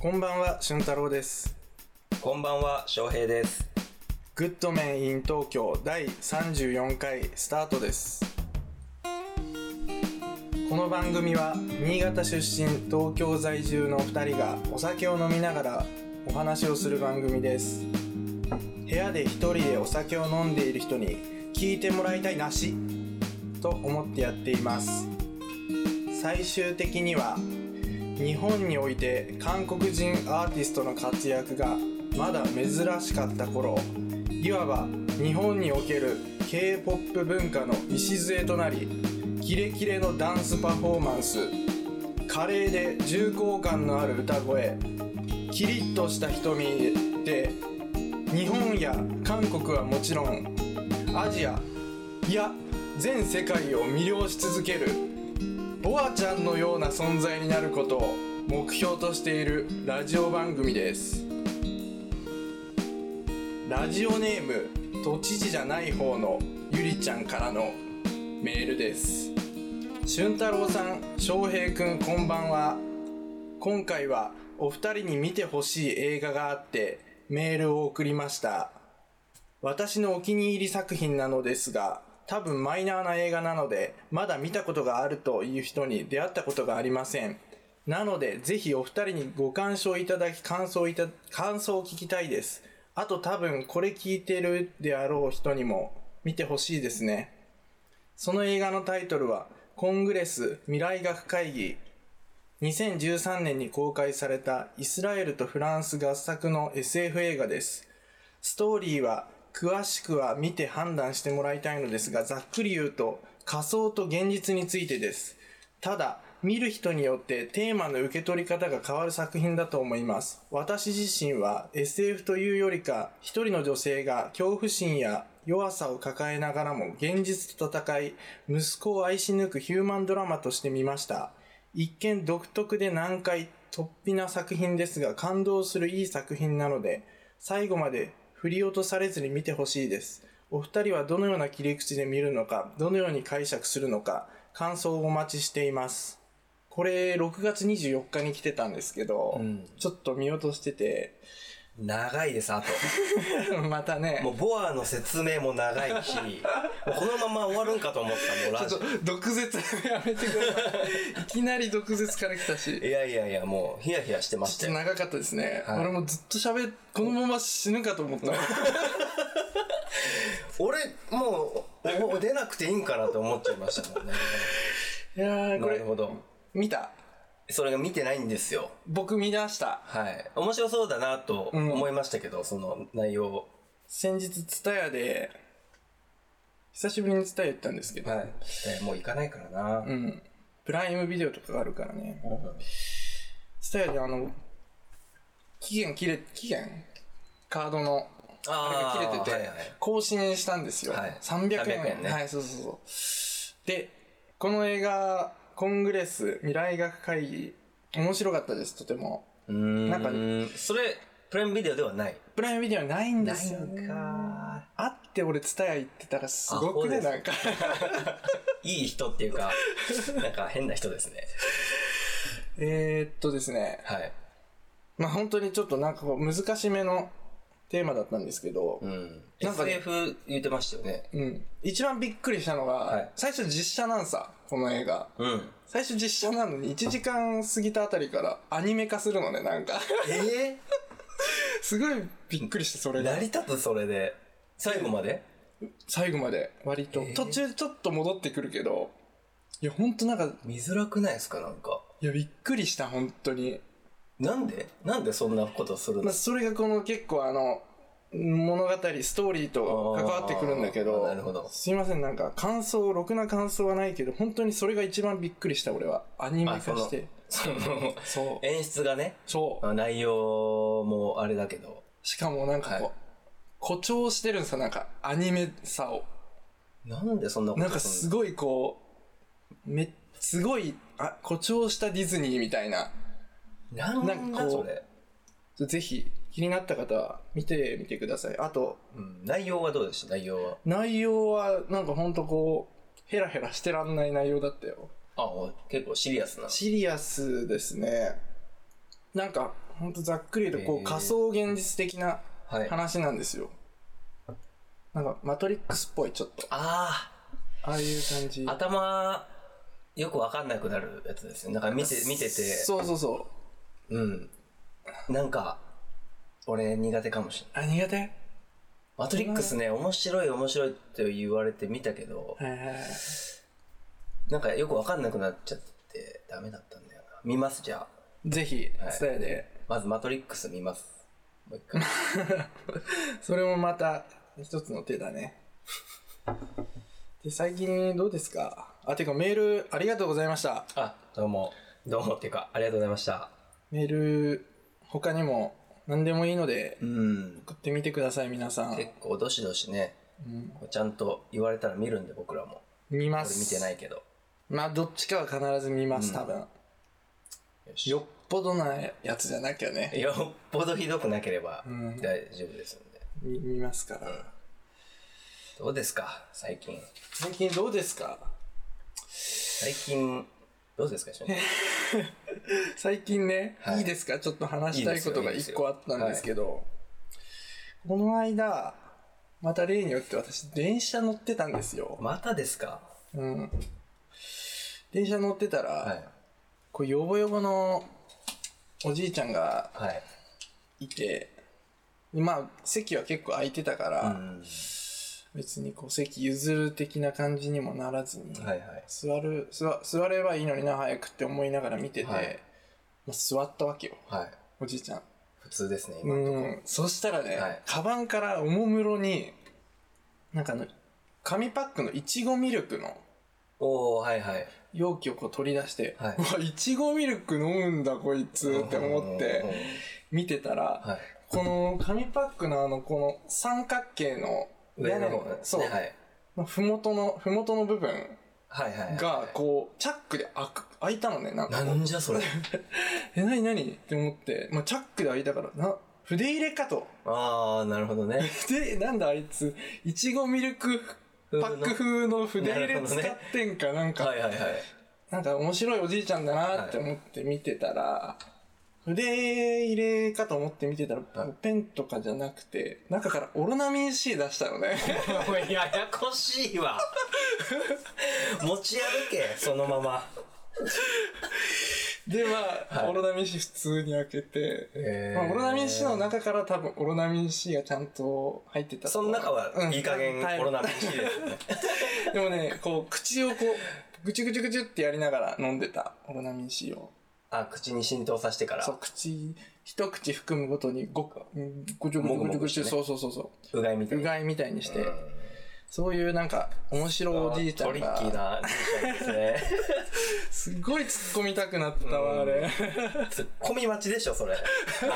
こんばんは、俊太郎です。こんばんは、翔平です。グッドメンイン東京第34回スタートです。この番組は新潟出身、東京在住の2人がお酒を飲みながらお話をする番組です。部屋で一人でお酒を飲んでいる人に聞いてもらいたいなしと思ってやっています。最終的には日本において韓国人アーティストの活躍がまだ珍しかった頃いわば日本における k p o p 文化の礎となりキレキレのダンスパフォーマンス華麗で重厚感のある歌声キリッとした瞳で日本や韓国はもちろんアジアいや全世界を魅了し続けるボアちゃんのような存在になることを目標としているラジオ番組ですラジオネーム都知事じゃない方のゆりちゃんからのメールです俊太郎さん翔平くんこんばんは今回はお二人に見てほしい映画があってメールを送りました私のお気に入り作品なのですが多分マイナーな映画なのでまだ見たことがあるという人に出会ったことがありませんなのでぜひお二人にご鑑賞いただき感想いた感想を聞きたいですあと多分これ聞いてるであろう人にも見てほしいですねその映画のタイトルはコングレス未来学会議2013年に公開されたイスラエルとフランス合作の SF 映画ですストーリーは詳しくは見て判断してもらいたいのですが、ざっくり言うと仮想と現実についてです。ただ、見る人によってテーマの受け取り方が変わる作品だと思います。私自身は SF というよりか、一人の女性が恐怖心や弱さを抱えながらも現実と戦い、息子を愛し抜くヒューマンドラマとして見ました。一見独特で難解、突飛な作品ですが感動するいい作品なので、最後まで振り落とされずに見てほしいです。お二人はどのような切り口で見るのか、どのように解釈するのか、感想をお待ちしています。これ、6月24日に来てたんですけど、うんちょっと見落としてて、 長いです、あと。またね、 もう、ボアの説明も長いし、もうこのまま終わるんかと思った、もうラちジょっと、毒舌 やめてください。いきなり毒舌から来たしオ。。いやいやいや、もう、ヒヤヒヤしてましちたょっとよ。長かったですね。はい俺もずっと喋っ、このまま死ぬかと思った。俺、もう、もう出なくていいんかなと思っちゃいましたもん ね。いやー、こなれる、ほど。見た。それが見てないんですよ。僕見出した。はい。面白そうだなと思いましたけど、その内容を。先日、ツタヤで、久しぶりにツタヤ行ったんですけど、はい。えもう行かないからな。うん。プライムビデオとかがあるからね。うんツタヤであの、期限切れ、期限カードの、ああれが切れてて、はいはい更新したんですよ。はい300円。 300円ねはい、そうそうそう。で、この映画、コングレス未来学会議、面白かったです、とても。うーん。なんかそれ、プライムビデオではない。プライムビデオないんですよ、ね。かあって俺、ツタヤ行ってたらすごくね、あそうなんでか。 いい人っていうか、なんか変な人ですね。えーっとですね。はい。まあ本当にちょっとなんかこう難しめのテーマだったんですけど、うん。なんかね SF 言ってましたよね。うん。一番びっくりしたのが、はい最初実写なんさ、この映画。うん。最初実写なのに1時間過ぎたあたりからアニメ化するのね、なんか。 えすごいびっくりして、そえれ成がり。立つそれで。最後まで最後まで、割と。えー途中ちょっと戻ってくるけど、いや、ほんとなんか、見づらくないですかなんか。いや、びっくりした、本当に。なんでなんでそんなことするまのあ、それがこの結構あの、物語、ストーリーと関わってくるんだけど、あーなるほどすいません、なんか感想、ろくな感想はないけど、本当にそれが一番びっくりした、俺は。アニメ化して。その、そう。演出がね、そう。まあ内容もあれだけど。しかもなんかこう、はい誇張してるんですよ、なんかアニメさを。なんでそんなことなんかすごごいこう、め、すごい、あ、誇張したディズニーみたいな。なんだなんかこうそれ。ぜひ、気になった方は見てみてください。あと、うん。内容はどうでした内容は。内容はなんかほんとこう、ヘラヘラしてらんない内容だったよ。あ、お結構シリアスな。シリアスですね。なんか、ほんとざっくり言うと、こうへー仮想現実的なはい。あ話なんですよ。なんか、マトリックスっぽい、ちょっと。あああいう感じー、。頭、よくわかんなくなるやつですね。なんか見て、見てて、そうそうそう。うん。なんか、俺苦手かもしれない。あ、苦手はいマトリックスね、面白い面白いって言われて見たけど、はいはい。なんかよくわかんなくなっちゃってダメだったんだよな。見ます、じゃあ。ぜひ、はい伝えで。まずマトリックス見ます。もう一 回。それもまた、一つの手だね。で、最近どうですかあ、てかメールありがとうございました。あ、どうも。どうもっていうか、ありがとうございました。メール、他にも何でもいいので、うん。送ってみてください、皆さん。結構どしどしね、うんこうちゃんと言われたら見るんで僕らも。見ま俺す。見てないけど。まあ、どっちかは必ず見ます、多分。よしよっぽどなやつじゃなきゃね。 よっぽどひどくなければうん大丈夫ですんで。み見ますから。どうですか最近。最近どうですか最近、どうですか一緒に。最近ね、はいい、いですかちょっと話したいことがいいです一よ個あったんですけど、この間、また例によって私、電車乗ってたんですよ。またですかうん。電車乗ってたら、はい。こう、ヨボヨボのおじいちゃんがはい。いて、まあ、席は結構空いてたから、うん。別にこう、席譲る的な感じにもならずに、はいはい。座る座、座ればいいのにな、早くって思いながら見てて、はいまあ、座ったわけよ、はい。おじいちゃん。普通ですね、今。うん、そしたらね、はいカバンからおもむろに、なんかあの、紙パックのいちごミルクのおー、はいはい。容器をこう取り出して、はいうわ、いちごミルク飲むんだこいつって思って見てたら、はい。この紙パックのあの、この三角形の屋上根のの方が、そう、ねはい。ふもとの、ふもとの部分はいはいはい。が、こう、チャックで開く、開いたのね、なんか。なんじゃそ れ。え、なになにって思って、まあ、チャックで開いたから、な、筆入れかと。あー、なるほどね。で、なんだあいつ、いちごミルクパック風の筆入れ使ってんか、なんか、はいはいはい。なんか面白いおじいちゃんだなって思って見てたら、筆入れかと思って見てたら、はいペンとかじゃなくて、中からオロナミン C 出したのね。もうややこしいわ。 持ち歩け、そ のまま。で、まあ、はいオロナミン C 普通に開けて、えまあ、オロナミン C の中から多分オロナミン C がちゃんと入ってたとそ思のう。中は、いい加減、うんコロナミン C ですよ ね。でもね、こう、口をこう、ぐちゅぐちゅぐちゅってやりながら飲んでた、オロナミン C を。あ、口に浸透させてからそ、う、口、一口含むごとにご、うんごちょごちょごちょごちょ、もぐもぐしてねそうそうそうそうがいみたう、いうな。がいみたいにして、うんそういうなんか、面白いおじいちゃトんリッキーが、なじいちゃんですね。 すっごい突っ込みたくなったわ、あうんれ。ツッコミ待ちでしょ、それ。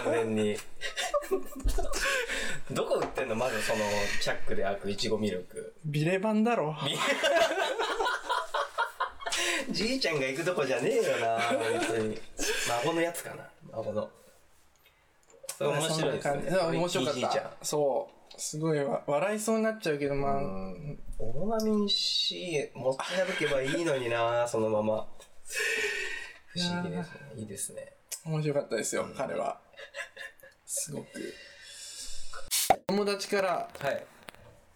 完全に。 どこ売ってんのまずその、チャックで開くいちごミルク。ビレ版だろ。じいちゃんが行くとこじゃねえよな、本当に。 孫のやつかな、孫の。それ面白いですそんな感じね。だから面白かいいじいっちゃんた。そう。すごいわ、笑いそうになっちゃうけど、まあ、うん。オロナミン C 持ち歩けばいいのにな、そのまま。不思議ですね。いいですね。面白かったですよ、彼は。すごく。友達から、はい。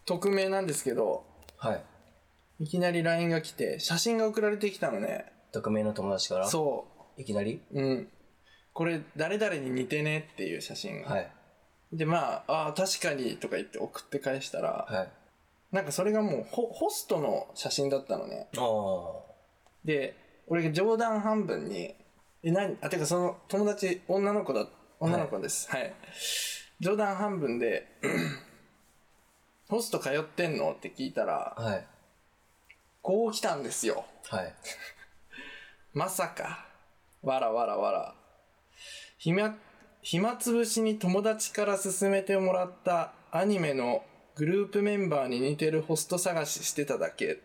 匿名なんですけど、はい。いきなり LINE が来て、写真が送られてきたのね。匿名の友達から。。そういきなりう。うん。これ、誰々に似てねっていう写真が。はい。で、まあ、ああー、確かにとか言って送って返したら、はい。なんかそれがもうホ、ホストの写真だったのね。ああ。で、俺が冗談半分に、え、何あ、てかその友達、女の子だ、女の子です。はい。冗談半分で、 ホスト通ってんのって聞いたら、はい。こう来たんですよ。はい。まさか。わらわらわら。暇、暇つぶしに友達から勧めてもらったアニメのグループメンバーに似てるホスト探ししてただけ。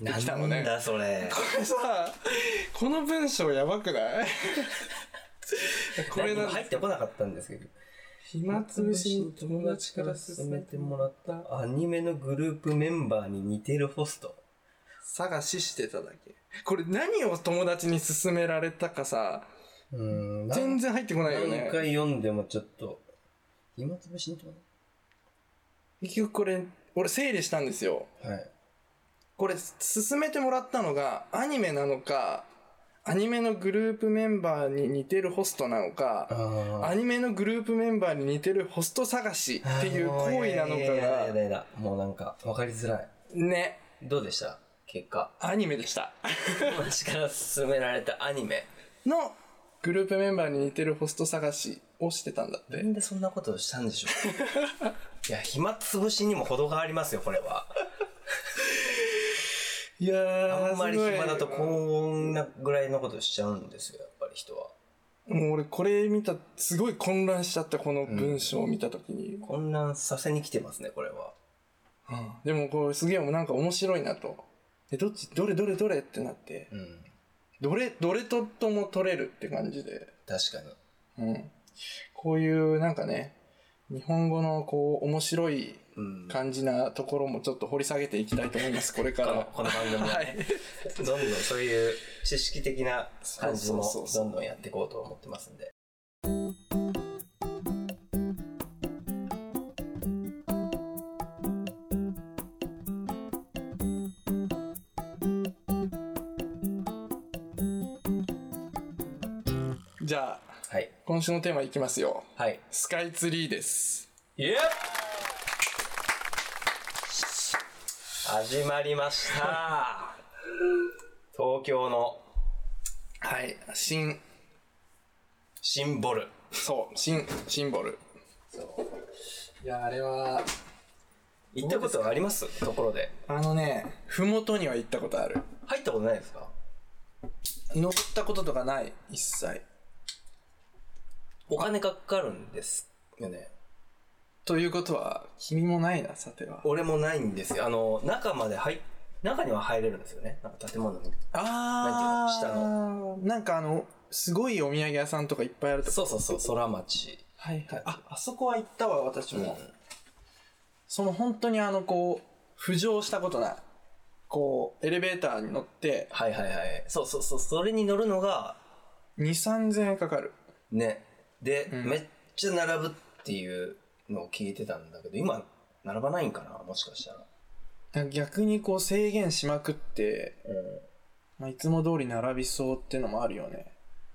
できたのねなんだそれ。これさ、この文章やばくない これななんんか入ってこなかったんですけど。暇つぶしに友達から勧めてもらったアニメのグループメンバーに似てるホスト。探ししてただけ。これ何を友達に勧められたかさ、うん。全然入ってこないよ何ね。回読んでもちょっと、暇つぶしにと結局これ、俺整理したんですよ。はい。これ、進めてもらったのが、アニメなのか、アニメのグループメンバーに似てるホストなのか、あアニメのグループメンバーに似てるホスト探しっていう行為なのかやだが、やだ。もうなんか、わかりづらい。ね、どうでした結果。アニメでした。友達から勧められたアニメ。のグループメンバーに似てるホスト探しをしてたんだって。なんでそんなことをしたんでしょ ういや、暇つぶしにも程がありますよ、これは。いやー、あんますりごい暇だとこんなぐらいのことしちゃうんですよ、やっぱり人は。もう俺これ見た、すごい混乱しちゃって、この文章を見たときに。混乱させに来てますね、これは。うんでもこれすげえなんか面白いなと。で、どっち、どれどれどれってなって、うん。どれ、どれととも取れるって感じで。確かに。うん。こういうなんかね、日本語のこう面白いうん。感じなところもちょっと掘り下げていきたいと思います、 これかこらの。この番組は、 はい。どんどんそういう知識的な感じもそうそうそうそどんどんやっていこうと思ってますんで。じゃあ、はい。今週のテーマいきますよ。はい。スカイツリーです。イエ始まりました東京のはい。新、シンボル。そう、新、シンボル。いや、あれは、行ったことはありますところで。あのね、ふもとには行ったことある。入ったことないですか登ったこととかない、一切。お金かかるんですよね。ということは、君もないな、さては。俺もないんですよ。あの、中まで入っ、中には入れるんですよね。なんか建物に。あなんていうの。の下なんかあの、すごいお土産屋さんとかいっぱいあるとこ。そうそうそう、空町。はいはい。あ、あそこは行ったわ、私も。うんその本当にあの、こう、浮上したことない。こう、エレベーターに乗って、はいはいはい。そうそうそう、それに乗るのが、 2、3000円かかる。ね。で、うんめっちゃ並ぶっていうのを聞いてたんだけど、今、並ばないんかなもしかしたら。なんか逆にこう制限しまくって、うん。まあ、いつも通り並びそうってのもあるよね。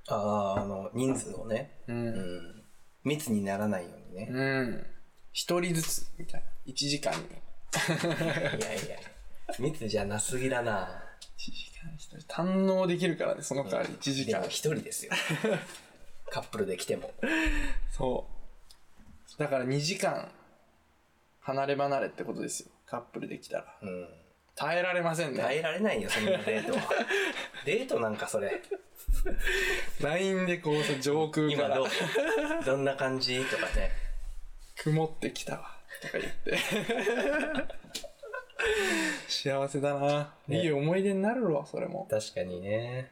ああ、あの、人数をね。う。うんん。密にならないようにね。うん。一人ずつ、みたいな。一時間に。いやいや。密じゃなすぎだな。一時間一人。堪能できるからね、その代わり一時で間も。一人ですよ。カップルで来ても。そう。だから2時間、離れ離れってことですよ。カップルできたら。うん。耐えられません耐ね。えられないよ、そんなデートは。デートなんかそれ。 LINE でこう、そう上空か今どうら、どんな感じとかね。曇ってきたわ。とか言って。 幸せだな。ねいい思い出になるわ、それも。確かにね。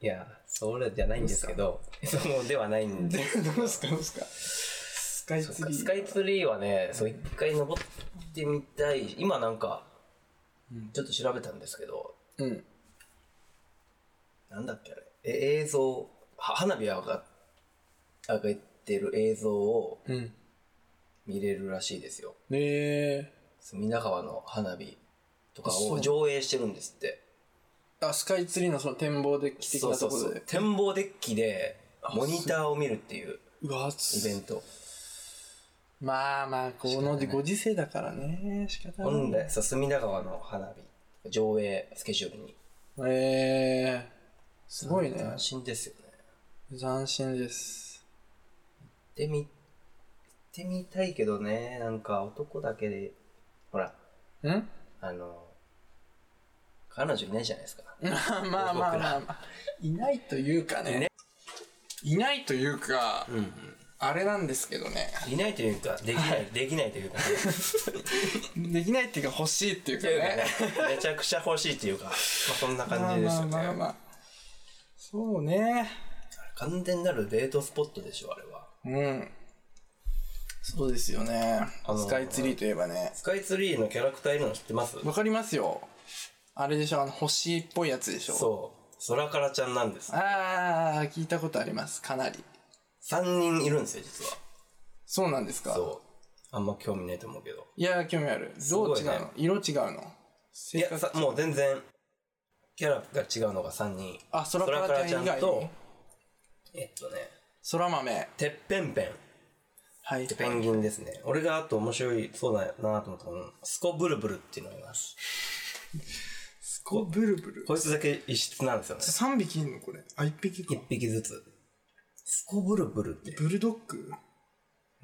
いや、それじゃないんですけど、そうではないんで。 どうすかどうすかスカイそっツかリー。スカイツリーはね、そう一回登ってみたい。今なんかうん、ちょっと調べたんですけど、うん。なんだっけあれ。え、映像、は花火上が上げてる映像をうん。見れるらしいですよ。え隅田川の花火とかあそをう上映してるんですって。ー、あ、スカイツリーのその展望デッキ的そうなそとうころで。そう。展望デッキで、モニターを見るっていううわイベすント。まあまあ、このご時世だからね。仕方ない。本来、そう隅田川の花火、上映スケジュールに。えー、すごいね斬。新ですよね。斬新です。で、み、行ってみたいけどね、なんか男だけで、ほら、んまあの、彼女いないじゃないですか。あまあまあまあまあ。いないというかね。いないというか、うん。あれなんですけどね。いないというか、できない、できない というか、ね、できないっていうか欲しいっていうかね。めちゃくちゃ欲しいというか、まあそんな感まあじですまよあね。まあまあ。そうね。完全なるデートスポットでしょ、あれは。うん。そうですよね。あのスカイツリーといえばね。スカイツリーのキャラクターいるの知ってますわかりますよ。あれでしょ、あの、星っぽいやつでしょ。そう。空からちゃんなんです。あー、聞いたことあります。かなり。 3人いるんですよ、実は。そうなんですかそう。あんま興味ないと思うけど。いやー、興味ある。どう違うの、色違うのい性や、さ格もう全然、キャラが違うのが3人。あ、空からちゃん以外にと、えっとね、空豆。てっぺんぺん。はい。ペンギンですね。俺があと面白いそうだなと思ったのが、スコブルブルっていうのがいます。スコブルブル。こいつだけ異質なんですよね。 3匹いんのこれ。あ、1匹か一。匹ずつ。スコブルブルって。ブルドッグ、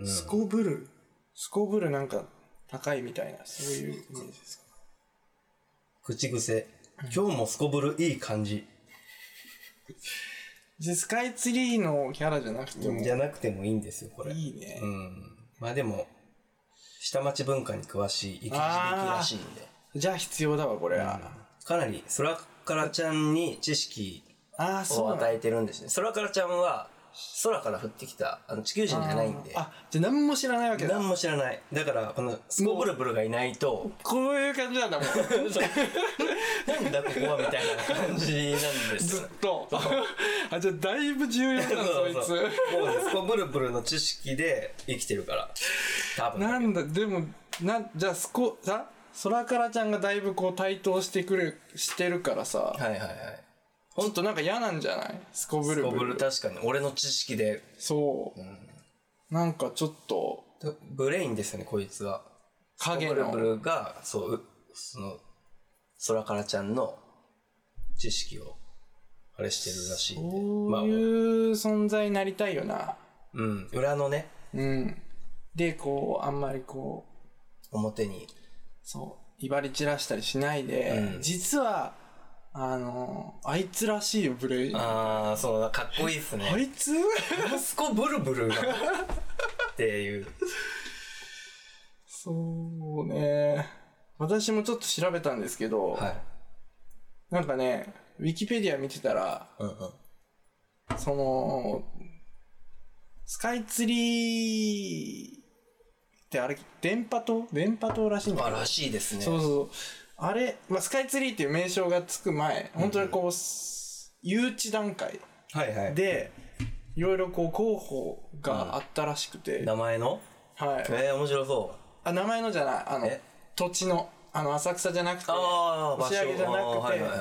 スコブル。スコブルなんか高いみたいな、そういうイメージですか。口癖。今日もスコブルいい感じ。じゃあスカイツリーのキャラじゃなくても、じゃなくてもいいんですよ、これ。いいねう。ん。まあでも、下町文化に詳しい、生き字引きらしいんで。じゃあ必要だわ、これは。かなり、空からちゃんに知識ああ、そうをなんだ与えてるんですね。空からちゃんは、空から降ってきた、あの、地球人じゃないんで。あ、じゃあ何も知らないわけだ。何も知らない。だから、この、スコブルブルがいないと、こういう感じなんだもん。 なんだここはみたいな感じなんですよずっと。 あ、じゃあだいぶ重要だな、そいそうそうつ。もうね、スコブルブルの知識で生きてるから。多分。なんだ、でも、な、じゃあ、スコ、さ、空からちゃんがだいぶこう対等してくる、してるからさ、はいはいはい。ほんとなんか嫌なんじゃないスコブスルコブブルル。確かに、俺の知識で、そう。なんかちょっと、ブレインですよね、こいつは。影スコブルの。ブルが、そう、うその、空からちゃんの知識を、あれしてるらしいんで。まあこういう存在になりたいよな。うん。裏のね、うん。で、こう、あんまりこう、表に。そう、威張り散らしたりしないで、うん実は、あの、あいつらしいよ、ブレイン。あああ、そうだ、かっこいいっすね。いつスコブルブルが。っていう。そうね。私もちょっと調べたんですけど、い。なんかね、ウィキペディア見てたら、うんうん。その、スカイツリーってあれ、電波塔電波塔らしいんだまけあ、どらしいですね。そうそう。あれ、まあ、スカイツリーっていう名称がつく前、本当にこう、す誘致段階はいはい。で、いろいろこう候補があったらしくて、名前のはい。えー、面白そあ、名前のじゃない、あのえ、土地の、あの、浅草じゃなくてう。、ああ、場所押し上げじゃなくてあーはいはいはい。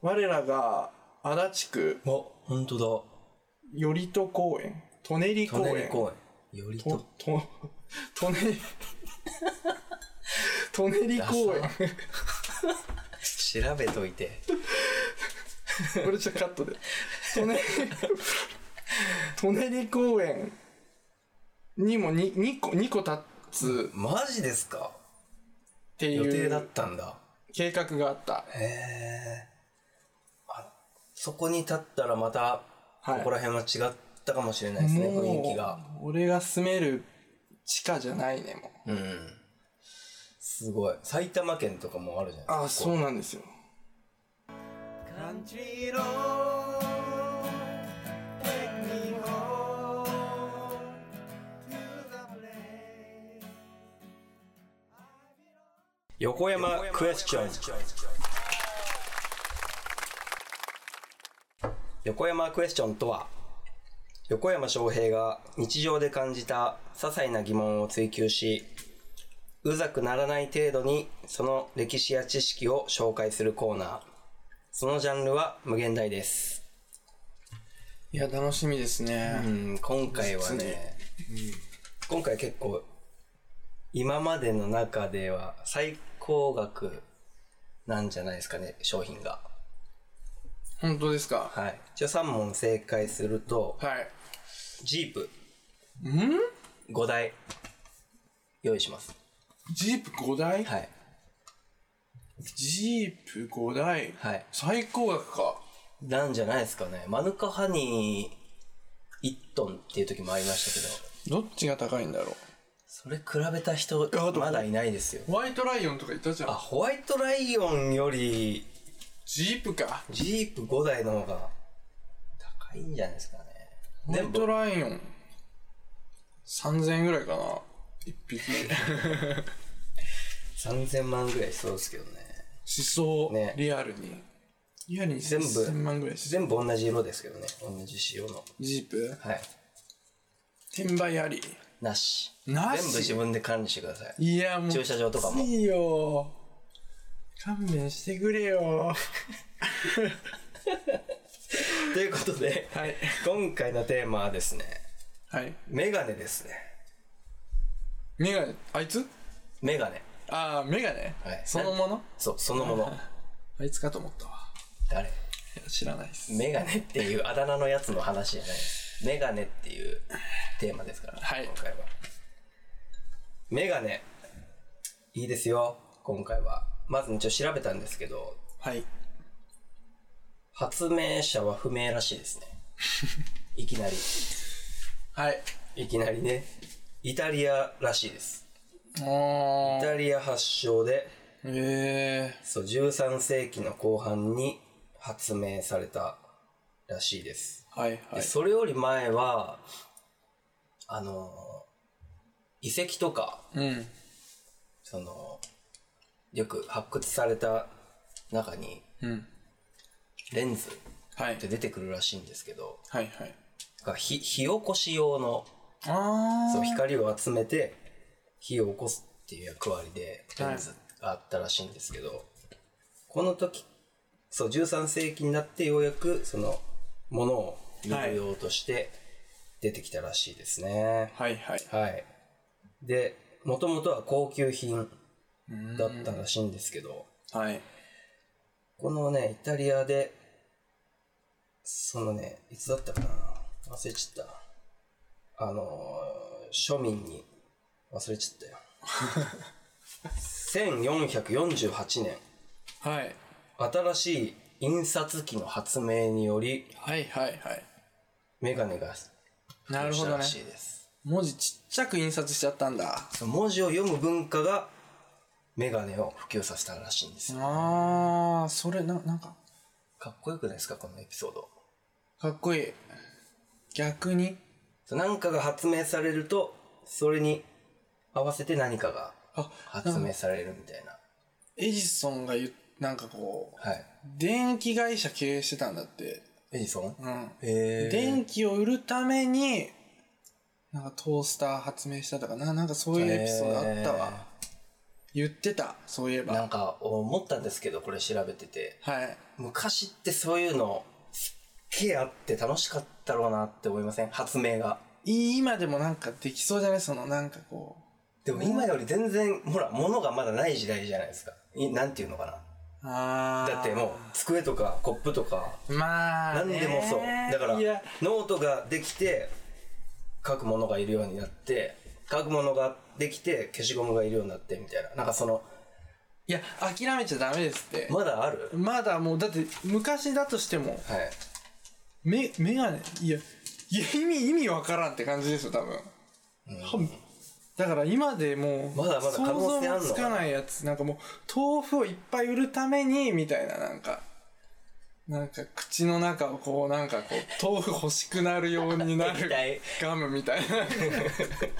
我らが足立区お、ほんと頼戸公園、舎人だ。公舎園人、公園。よりと、と。と、とね、とねり公園ダ。調べといて。これちょっとカットで。とね、とねり公園にも 2, 2個、2個立つマジですかって予定いだっうたんだ。計画があった。へえ。あ、そこに立ったらまた、はいここら辺は違ったかもしれないですね、雰囲気が。もう、俺が住める地下じゃないね、もう。うん。すごい。埼玉県とかもあるじゃないですか。ああ、そうなんですよ。感じろ天気を横山クエスチョン横山クエスチョンとは横山翔平が日常で感じた些細な疑問を追求しうざくならない程度にその歴史や知識を紹介するコーナーそのジャンルは無限大です。いや、楽しみですうね。ん、今回はね、今回結構、今までの中では最高額なんじゃないですかね、商品が。本当ですかはい。一応3問正解すると、はい。ジープん5台用意します。ジープ5台はい。ジープ5台はい。最高額か。なんじゃないですかね。マヌカハニー1トンっていう時もありましたけど、どっちが高いんだろそれ比べた人やだまだいないですよう。ホワイトライオンとかいたじゃあ、ん。ホワイトライオンよりジープか。ジープ5台の方が高いんじゃないですかね。ホワ全イ部トライオン。3000円ぐらいかな。一 匹。 3000万ぐらいしそうですけどね。しそう。ねリアルに。いや、全部2000万ぐらいです。全部同じ色ですけどね同じ仕様のジープはい転売あり。なしなし全部自分で管理してくださいいや、もう。駐車場とかもきついよ。勘弁してくれ よ。ということで、はい。今回のテーマはですねはい。メガネですねメガネ、あいつメガネああ、メガネ、はいそのものそうそのものあいつかと思ったわ。誰いや、知らないです。メガネっていうあだ名のやつの話じゃないですメガネっていうテーマですから、はい今回はメガネいいですよ今回はまず一応調べたんですけどはい。発明者は不明らしいです ねいきなりはい。いきなりねイタリアらしいですおー。イタリア発祥でえそう13世紀の後半に発明されたらしいです、ー。はいはでい。それより前はあの遺跡とかうん。そのよく発掘された中にうん。レンズっはい。て出てくるらしいんですけどはいはい。だから火火起こし用のあー。そう光を集めて火を起こすっていう役割ではいレンズがあったらしいんですけど、この時そう13世紀になってようやくそのものを見る用として出てきたらしいですねはいはい。はい、でもともとは高級品だったらしいんですけど、はい。このねイタリアでそのねいつだったかな忘れちゃったあのー庶民に忘れちゃったよ1448年はい。新しい印刷機の発明によりはいはいはい。メガネがなるほどたらね。しいです、文字ちっちゃく印刷しちゃったんだ。その文字を読む文化がメガネを普及させたらしいんですよあー、それな、なんか、かっこよくないですかこのエピソードかっこいい。逆にそうなんかが発明されるとそれに合わせて何かがあ、発明されるみたいな。エジソンが言う、なんかこはい。う、電気会社経営してたんだって。エジソンうん。へ電気を売るために、なんかトースター発明したとかな、なんかそういうエピソードあったわ。。言ってた、そういえなば。んか思ったんですけど、これ調べてて。はい。昔ってそういうの、すっげえあって楽しかったろうなって思いません発明が。い今でもなんかできそうじゃないそのなんかこでも今より全然、ほら、物がまだない時代じゃないですか。いなんていうのかう。あな。ーだってもう、机とかコップとか、まあ、何ね。でもそう。だからいや、、ノートができて、書くものがいるようになって、書くものができて、消しゴムがいるようになってみたいな。なんかその、いや、諦めちゃダメですって。まだあるまだもう、だって昔だとしても、はい。め、メガネ、いや、いや意味、意味わからんって感じですよ、多分。はだから今でもう、まだまだ可能性あん想のかな像もつかないやつ、なんかもう、豆腐をいっぱい売るために、みたいな、なんか、なんか口の中をこう、なんかこう、豆腐欲しくなるように な液る体ガムみたいな。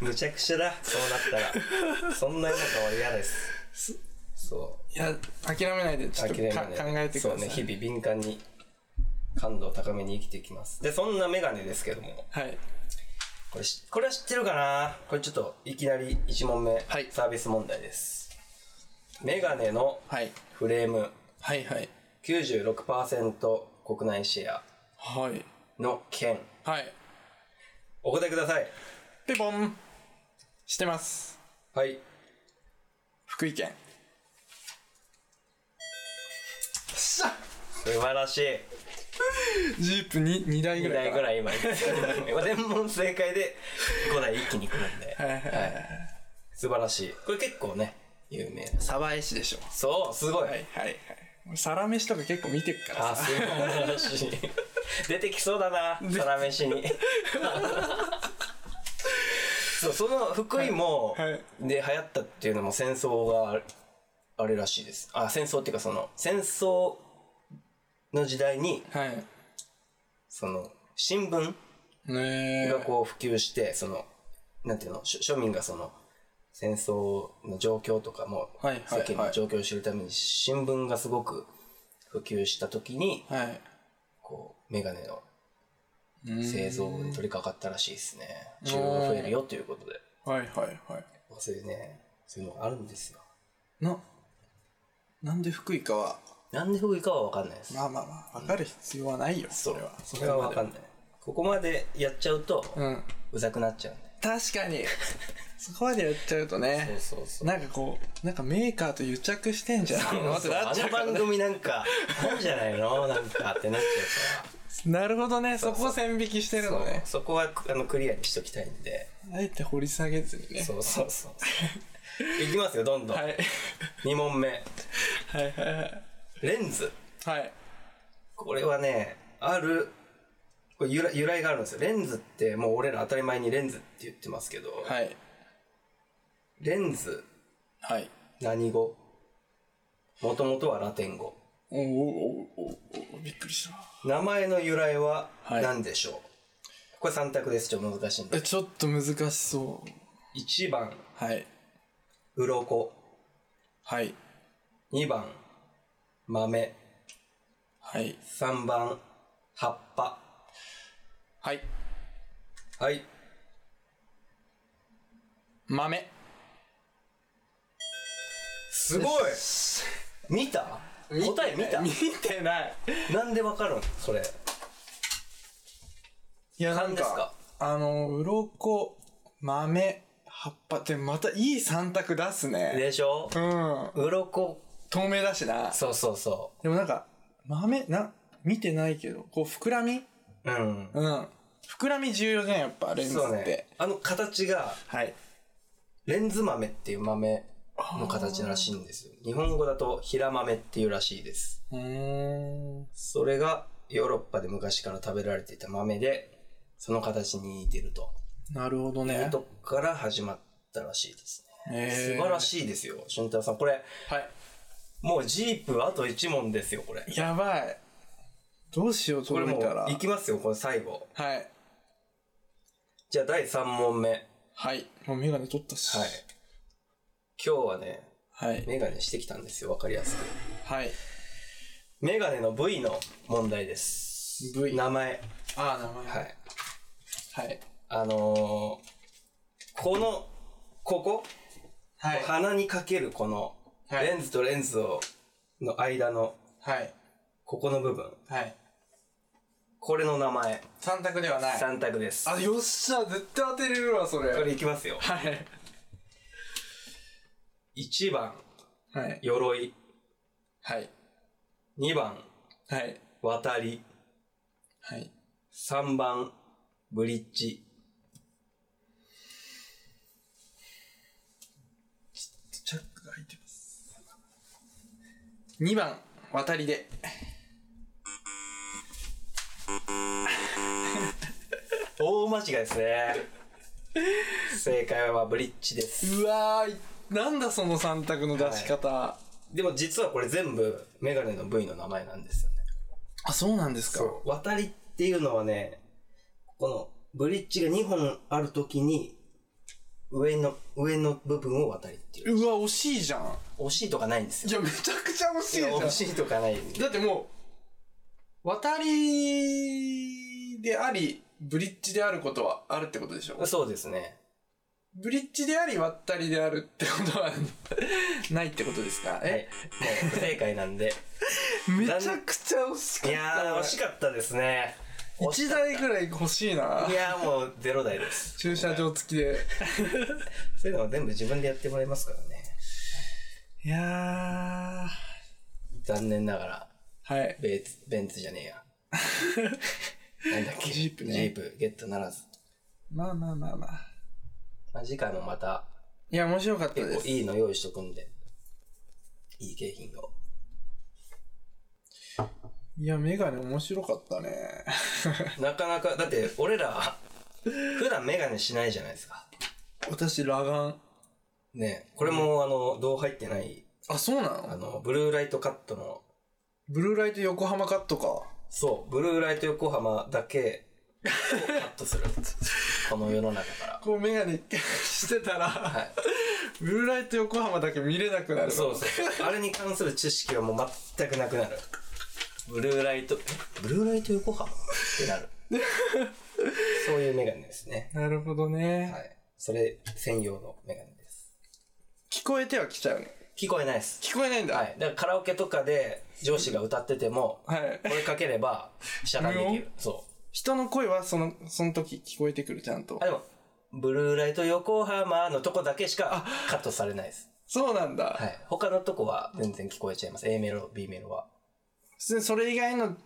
むちゃくちゃだ、そうなったら。そんななんかは嫌です。そいや、諦めないで、う。ちょっとめか考えてください。そうね、日々敏感に感度を高めに生きていきます。で、そんなメガネですけども、はい。これし、これは知ってるかなこれちょっと、いきなり1問目、はいサービス問題です。メガネのはい。フレーム、はいはい。 96%国内シェアはい。の件。はい。お答えください。ピボンしてます。はい。福井県。しゃ素晴らしい。ジープ 2, 2台ぐ2らい台かぐら い今言ってた全問正解で5台一気に来るんで、はいはいはい素晴らしいこれ結構ね有名な鯖江市でしょ。そうすごはい、いはいはい。俺サラメシとか結構見てるからあさ。素晴ら しい出てきそうだなサラメシにそうその福井も、はいはいで流行ったっていうのも戦争があれらしいですあ戦争っていうかその戦争の時代にはい。その新聞ねえが。こう普及して、その、なんていうの、し庶民がその、戦争の状況とかも、はいはいはい世間の状況を知るために新聞がすごく普及した時に、はい。こう、メガネのうん製造に取り掛かったらしいですね。需要が増えるよということで。はいはいはい。そういうね、そういうのがあるんですよ。な、なんで福井かは、なんで福井かは分かんないです。まあまあまあ、わかる必要はないよ、それは。それは分かんない。ここまでやっちゃうと、うん。うざくなっちゃうんで。確かに。そこまでやっちゃうとね、そうそうなんかこう、なんかメーカーと癒着してんじゃないのってなあっちゃのうから番ね。組なんか、なんじゃないのなんかってなっちゃなるほど ね、そこを線引きしてるうかのら。ね。そこはあのクリアにしときたいんで。あえて掘り下げずにね。そうそ うそう。いきますよ、どんどん。はい。 2問目。はいはいはい。レンズ。はい。これはね、ある、これ由来由来があるんですよ。レンズって、もう俺ら当たり前にレンズって言ってますけど、はい。レンズ、はい。何語もともとはラテン語。おおおおおびっくりした。名前の由来ははい何でしょう、これ3択です。ちょっと難しいんでえ、。ちょっと難しそう。 1番、はい。鱗。はい。 2番、豆。はい。 3番、葉っぱ。はい。はい。豆。すごい見た答え見た見てない。なんでわかるんそれ。いや、なん勘ですかか、あの、鱗、豆、葉っぱってまたいい三択出すね。でしょうん。鱗。透明だしな。そうそうそでもなんか、豆、な、見てないけど、こう、膨らみう。うん。うん。膨らみ重要じゃん、やっぱ、レンズそうって。ね。あの形が、はい。レンズ豆っていう豆の形らしいんですよ。日本語だと、平豆っていうらしいです。うーん。それが、ヨーロッパで昔から食べられていた豆で、その形に似てると。なるほどね。とこから始まったらしいですね。素晴らい。しいですよ、俊太さん。これ、はい。もうジープあと1問ですよ、これ。やばい。どうしよう、これ届もいうたら。、いきますよ、これ最後。はい。じゃあ、第3問目。はい。はい。もうメガネ取ったし。今日はね、はい。メガネしてきたんですよ、わかりやすく。はい。メガネの部位の問題です。 V 名前。ああ、名前。はい。はい。あのー、この、ここ、はい。鼻にかけるこの、はいレンズとレンズを、の間の、はい。ここの部分。はい。これの名前。三択ではない。 3択です。あ、よっしゃ、絶対当てれるわ、それ。これいきますよ。はい。 1番、はい。鎧。はい。 2番、はい。渡り。はい。 3番、ブリッジ。チャックが入ってます。2番、渡りで。大間違いですね。正解はブリッジです。うわーい、なんだその三択の出し方。でも実はこれ全部メガネの部位の名前なんですよね。あ、そうなんですか。そう。渡りっていうのはね、このブリッジが2本あるときに、上の、上の部分を渡りっていう。うわ、惜しいじゃん。惜しいとかないんですいよ。や、めちゃくちゃ惜しいじゃん。惜しいとかない。だってもう、渡りであり、ブリッジであることはあるってことでしょそうですね。ブリッジであり、渡りであるってことはないってことですかはい。もえ、う不正解なん で。めちゃくちゃ惜しかいった。やー、惜しかったですね。。1台ぐらい欲しいないやーもうゼロ台です。駐車場付きで。そういうのは全部自分でやってもらいますからね。いやー。残念ながら、はい。ベンツ、ベンツじゃ ねえや。なんだっけジープねジープ、ゲットならず。まあまあまあまあ。まあ、次回もまた、いや、面白かった結で構す。いいの用意しとくんで。いい景品を。いや、メガネ面白かった ね。なかなか、だって、俺ら、普段メガネしないじゃないですか。私、裸眼。ねこれも、あの、銅入ってない、あ、そうなあのの、ブルーライトカットの、ブルーライト横浜カットか。そう、ブルーライト横浜だけ、カットする。この世の中から。こうメガネしてたら、はい。ブルーライト横浜だけ見れなくなるのそうそう。あれに関する知識はもう全くなくなる。ブルーライト、えブルーライト横浜て なる。そういうメガネですね。なるほどね、はい。それ専用のメガネです。聞こえてはきたよね聞こえないです。聞こえないんだはい。だからカラオケとかで上司が歌ってても、はい、これかければ、遮断できる。そ人の声はそのその時聞こえてくるちゃんとう。あ、でも、ブルーライト横浜のとこだけしかカットされないです。そうなんだ、はい。他のとこは全然聞こえちゃいます。A メロ、B メロは。普通にそれ以外の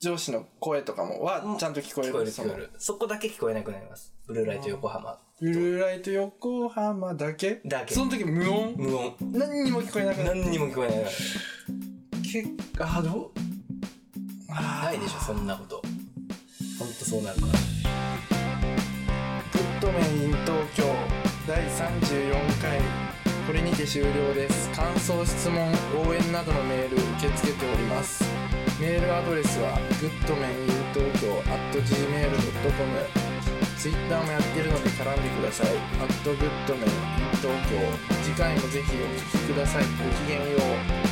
上司の声とかもはちゃんと聞こえ聞る,、こえる聞こえる。そこだけ聞こえなくなります。ブルーライト横浜。ブルーライト横浜だけだけその時無音、無音。何にも聞こえなくなる何にも聞こえないから。結果あどうあーないでしょ、そんなこと。ほんとそうなるから。グッドメイン東京第34回これにて終了です感想質問応援などのメールを受け付けておりますメールアドレスはグッドメイン東京 at gmail.com ツイッターもやってるので絡んでくださいアットグッドメイン東京次回もぜひお聴きくださいごきげんよう